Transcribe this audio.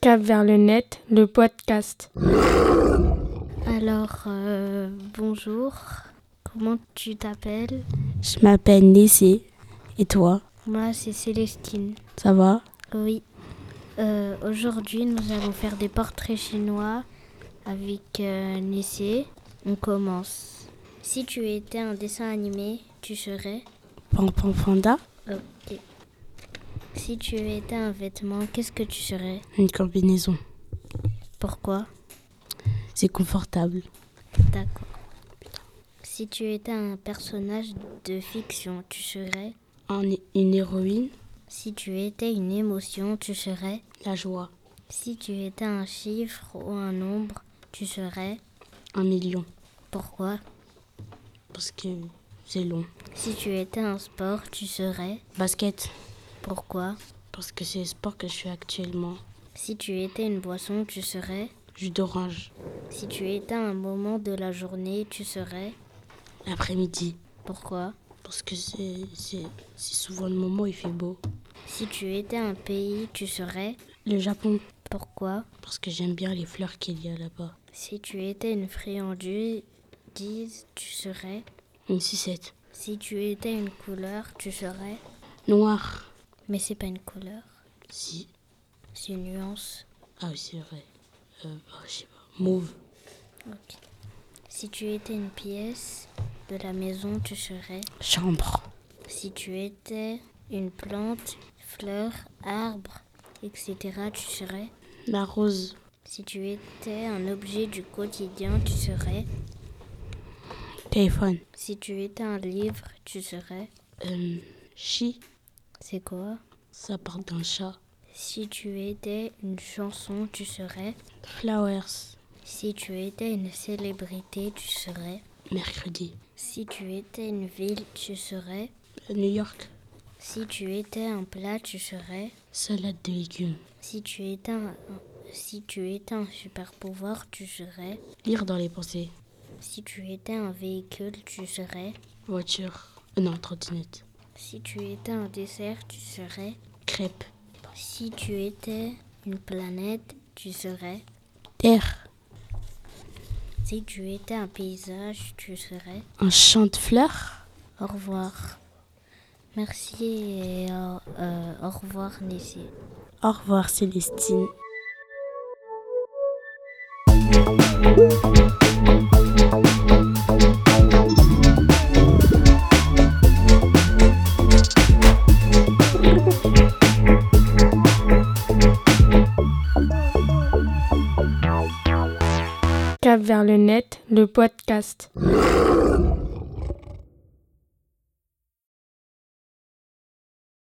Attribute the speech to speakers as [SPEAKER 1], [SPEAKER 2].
[SPEAKER 1] Cap vers le net, le podcast.
[SPEAKER 2] Alors, euh, bonjour. Comment tu t'appelles
[SPEAKER 3] Je m'appelle Nessie. Et toi
[SPEAKER 2] Moi, c'est Célestine.
[SPEAKER 3] Ça va
[SPEAKER 2] Oui. Euh, Aujourd'hui, nous allons faire des portraits chinois avec euh, Nessé. On commence. Si tu étais un dessin animé, tu serais
[SPEAKER 3] Pan Pan Panda
[SPEAKER 2] Ok. Si tu étais un vêtement, qu'est-ce que tu serais
[SPEAKER 3] Une combinaison.
[SPEAKER 2] Pourquoi
[SPEAKER 3] C'est confortable.
[SPEAKER 2] D'accord. Si tu étais un personnage de fiction, tu serais
[SPEAKER 3] En hé- une héroïne
[SPEAKER 2] Si tu étais une émotion, tu serais
[SPEAKER 3] La joie.
[SPEAKER 2] Si tu étais un chiffre ou un nombre, tu serais
[SPEAKER 3] Un million.
[SPEAKER 2] Pourquoi
[SPEAKER 3] Parce que c'est long.
[SPEAKER 2] Si tu étais un sport, tu serais
[SPEAKER 3] Basket.
[SPEAKER 2] Pourquoi
[SPEAKER 3] Parce que c'est le sport que je suis actuellement.
[SPEAKER 2] Si tu étais une boisson, tu serais
[SPEAKER 3] Jus d'orange.
[SPEAKER 2] Si tu étais un moment de la journée, tu serais
[SPEAKER 3] L'après-midi.
[SPEAKER 2] Pourquoi
[SPEAKER 3] Parce que c'est c'est- c'est souvent le moment où il fait beau.
[SPEAKER 2] Si tu étais un pays, tu serais
[SPEAKER 3] Le Japon.
[SPEAKER 2] Pourquoi
[SPEAKER 3] Parce que j'aime bien les fleurs qu'il y a là-bas.
[SPEAKER 2] Si tu étais une friandise, dise, tu serais
[SPEAKER 3] Une sucette.
[SPEAKER 2] Si tu étais une couleur, tu serais
[SPEAKER 3] Noir.
[SPEAKER 2] Mais c'est pas une couleur,
[SPEAKER 3] Si.
[SPEAKER 2] c'est une nuance.
[SPEAKER 3] Ah oui, c'est vrai. Euh, oh, je sais pas. Mauve.
[SPEAKER 2] Ok. Si tu étais une pièce de la maison, tu serais.
[SPEAKER 3] Chambre.
[SPEAKER 2] Si tu étais une plante, fleur, arbre, etc., tu serais.
[SPEAKER 3] La rose.
[SPEAKER 2] Si tu étais un objet du quotidien, tu serais.
[SPEAKER 3] Téléphone.
[SPEAKER 2] Si tu étais un livre, tu serais.
[SPEAKER 3] Euh, chi.
[SPEAKER 2] C'est quoi
[SPEAKER 3] Ça part d'un chat.
[SPEAKER 2] Si tu étais une chanson, tu serais.
[SPEAKER 3] Flowers.
[SPEAKER 2] Si tu étais une célébrité, tu serais.
[SPEAKER 3] Mercredi.
[SPEAKER 2] Si tu étais une ville, tu serais.
[SPEAKER 3] Euh, New York.
[SPEAKER 2] Si tu étais un plat, tu serais.
[SPEAKER 3] Salade de légumes.
[SPEAKER 2] Si tu étais un, si tu étais un super pouvoir, tu serais.
[SPEAKER 3] Lire dans les pensées.
[SPEAKER 2] Si tu étais un véhicule, tu serais.
[SPEAKER 3] Voiture. Euh, non, trottinette.
[SPEAKER 2] Si tu étais un dessert, tu serais.
[SPEAKER 3] Crêpe.
[SPEAKER 2] Si tu étais une planète, tu serais.
[SPEAKER 3] Terre.
[SPEAKER 2] Si tu étais un paysage, tu serais.
[SPEAKER 3] Un champ de fleurs.
[SPEAKER 2] Au revoir. Merci et euh, euh, au revoir, Nessie.
[SPEAKER 3] Au revoir Célestine.
[SPEAKER 1] Cap vers le net, le podcast.